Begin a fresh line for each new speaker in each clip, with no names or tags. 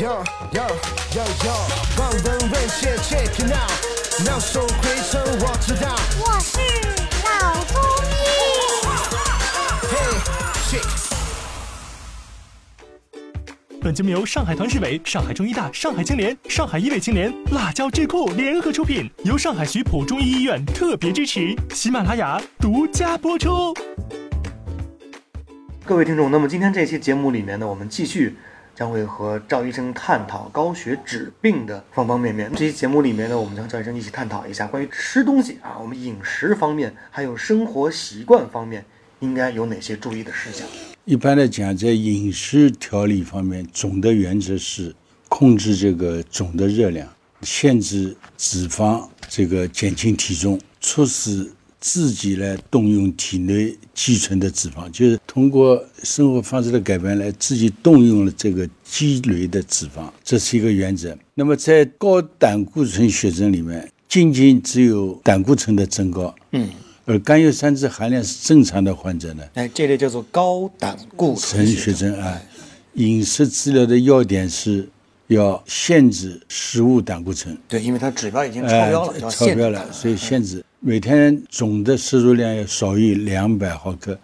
Yo yo yo yo，望闻问切切频道，妙手回春我知道。
我是老中医。
Hey shit，
本节目由上海团市委、上海中医大、上海青联、上海医卫青联、辣椒智库联合出品，由上海徐浦中医医院特别支持，喜马拉雅独家播出。
各位听众，那么今天这期节目里面呢，我们继续将会和赵医生探讨高血脂病的方方面面。这期节目里面呢，我们将和赵医生一起探讨一下关于吃东西啊，我们饮食方面，还有生活习惯方面，应该有哪些注意的事项。
一般来讲，在饮食调理方面，总的原则是控制这个总的热量，限制脂肪，这个减轻体重，促使自己来动用体内积存的脂肪，就是通过生活方式的改变来自己动用了这个积累的脂肪，这是一个原则。那么在高胆固醇血症里面，仅仅只有胆固醇的增高，嗯，而甘油三酯含量是正常的患者呢，
哎，这类叫做高胆固
陈学珍啊，饮食治疗的要点是要限制食物胆固醇，
对，因为它指标已经超
呃
标了，要
超
限
标
制嗯
了，
它
所以限制每天总的摄入量要少于两百毫克。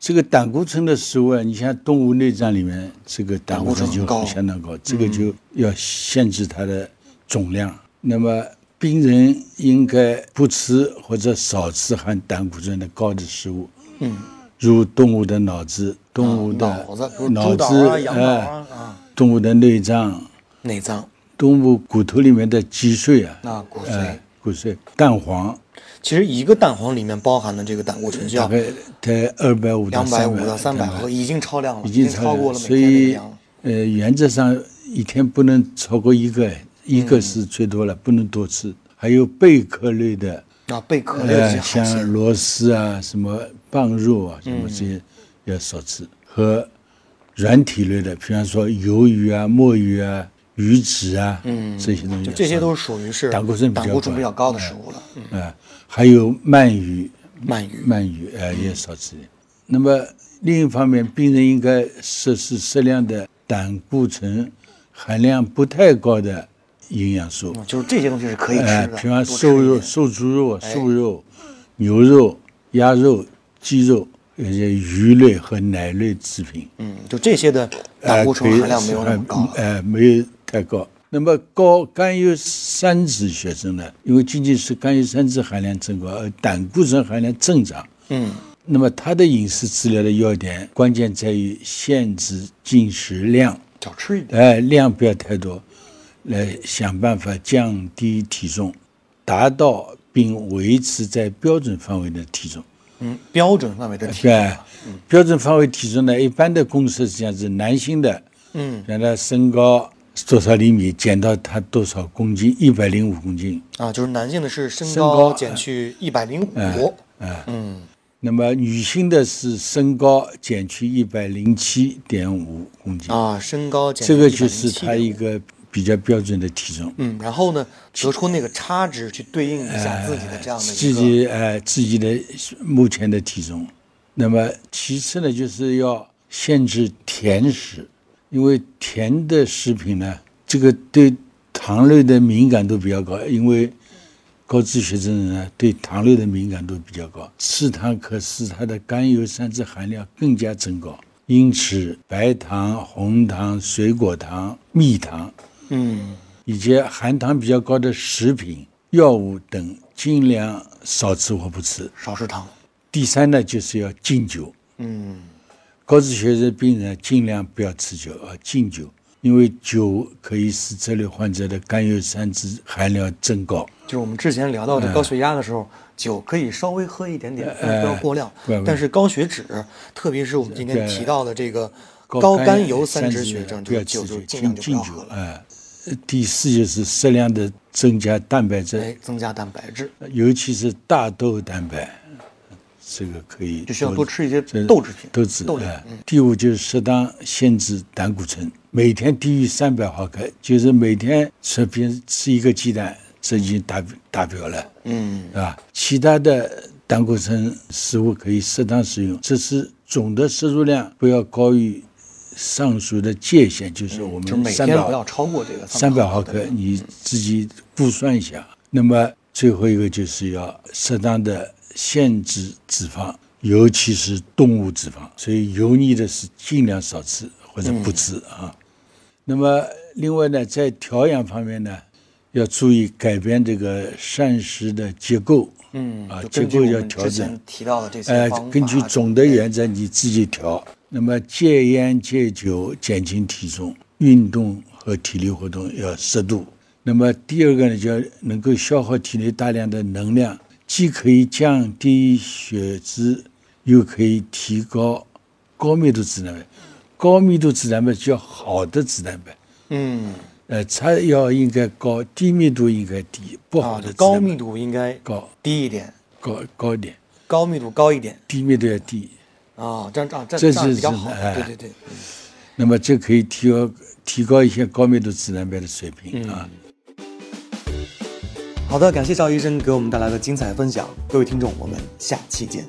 这个胆固醇的食物啊，你像动物内脏里面，这个胆固
胆固醇
醇
很
就
高嗯
相当高，这个就要限制它的总量。那么病人应该不吃或者少吃含胆固醇的高的食物，嗯，如动物的脑子、动物的
脑子，比如
脑
猪
子
脑啊、羊脑啊
哎
啊，
动物的内脏、
内脏
动物骨头里面的脊髓啊，
啊骨髓
哎骨髓、蛋黄，
其实一个蛋黄里面包含的这个胆固醇就
大
要
概在二百五到
两百
三
五
百
到三百毫克，已经超量了，
已
已
经
超
过
过了每
所
天的
以
量了。
呃，原则上一天不能超过一个，哎一
嗯
个是最多了，不能多吃。还有贝壳类的，
啊，贝壳类的
呃，
这些海
像
鲜，
螺丝啊、什么棒肉啊、什
嗯
么这些要少吃，和软体类的，比方说鱿鱼啊、墨鱼啊、鱼子啊，嗯，这些东西
就
要
这些
少
都是属于是
胆固醇比较
胆固醇
高
比较高的食物了。嗯，
啊，还有鳗鱼，
鳗鱼
鳗鱼，呃，也少吃点。那么另一方面，病人应该摄食适量的胆固醇含量不太高的营养素，
就是这些东西嗯是可以吃
呃，
的，
比
多
方
吃
瘦
一
肉、
点哎
瘦猪肉、瘦肉、牛肉、鸭肉、鸡肉，呃，鱼类和奶类制品。
嗯，就这些的
哎
胆固醇含量没有那么高了。
呃，没有太高。那么高甘油三酯血症呢？因为仅仅是甘油三酯含量增高，而胆固醇含量正常。
嗯，
那么它的饮食治疗的要点，关键在于限制进食量，
少吃一点。
哎，量不要太多，来想办法降低体重，达到并维持在标准范围的体重。
嗯，标准范围的体
哎对，标准范围体重呢，一般的公式是这样子：男性的，
嗯，
让他身高多少厘米减到他多少公斤，一百零五公斤。
啊，就是男性的是身
身
高
高哎
减去一百零五，
那么女性的是身高减去一百零七点五公斤，
啊，身高减去
这个就是
107
他一个比较标准的体重。
嗯，然后呢，得出那个差值去对应一下自己的这样的
哎自
一个
己呃自己的目前的体重。那么其次呢，就是要限制甜食，因为甜的食品呢，这个对糖类的敏感度比较高，因为高脂血症人呢对糖类的敏感度比较高，吃糖可使它的甘油三酯含量更加增高。因此，白糖、红糖、水果糖、蜜糖以及含糖比较高的食品、药物等，尽量少吃或不吃。
少食糖。
第三呢，就是要禁酒。
嗯，
高脂血症病人尽量不要吃酒啊，禁酒，因为酒可以使这类患者的甘油三酯含量增高。
就是我们之前聊到
哎
这高血压的时候，酒可以稍微喝一点点，但是不要过量
不要。不
但
要
是高血脂，特别是我们今天
对
提到的这个高甘油三酯血症，
不
这
要
个
吃
酒
酒
就，尽量
禁
就不
禁
要
酒
喝了。。
啊呃第四就是适量的增加蛋白质，
哎，增加蛋白质，
尤其是大豆蛋白，这个可以
就需要多吃一些
这
豆制品
豆制
豆类嗯
哎第五就是适当限制胆固醇，每天低于三百毫克，就是每天吃平吃一个鸡蛋，这已经达达标了，嗯，是吧？其他的胆固醇食物可以适当食用，只是总的摄入量不要高于。上述的界限，就是我
嗯就是
们
每
三
天
百
不要超过这个
三百毫
毫
克，你自己估算一下。那么最后一个就是要适当的限制脂肪，尤其是动物脂肪，所以油腻的是尽量少吃或者不吃
嗯
啊。那么另外呢，在调养方面呢，要注意改变这个膳食的结构，
嗯
啊
就，
结
根据
构
我
要
们
调
之
整
前。提到的这些
呃
方，
根据
法
总的原则你自己调。那么戒烟戒酒，减轻体重，呃运动和体力活动要适度。那么第二个呢，就要能够消耗体内大量的能量，既可以降低血脂，又可以提高高密度脂蛋白。高密度脂蛋白叫好的脂蛋白，
嗯
呃，它要应该高，低密度应该低，不好
啊
的，脂
高
蛋白
密度应该
高
低一点，
高高一点，
高密度高一点
低密度要低。
啊，这样啊这
这
样
是
比较
是
好，
哎
对对对，
那么这可以提高提高一些高密度脂蛋白的水平啊。
好的，感谢赵医生给我们带来的精彩分享，各位听众，我们下期见。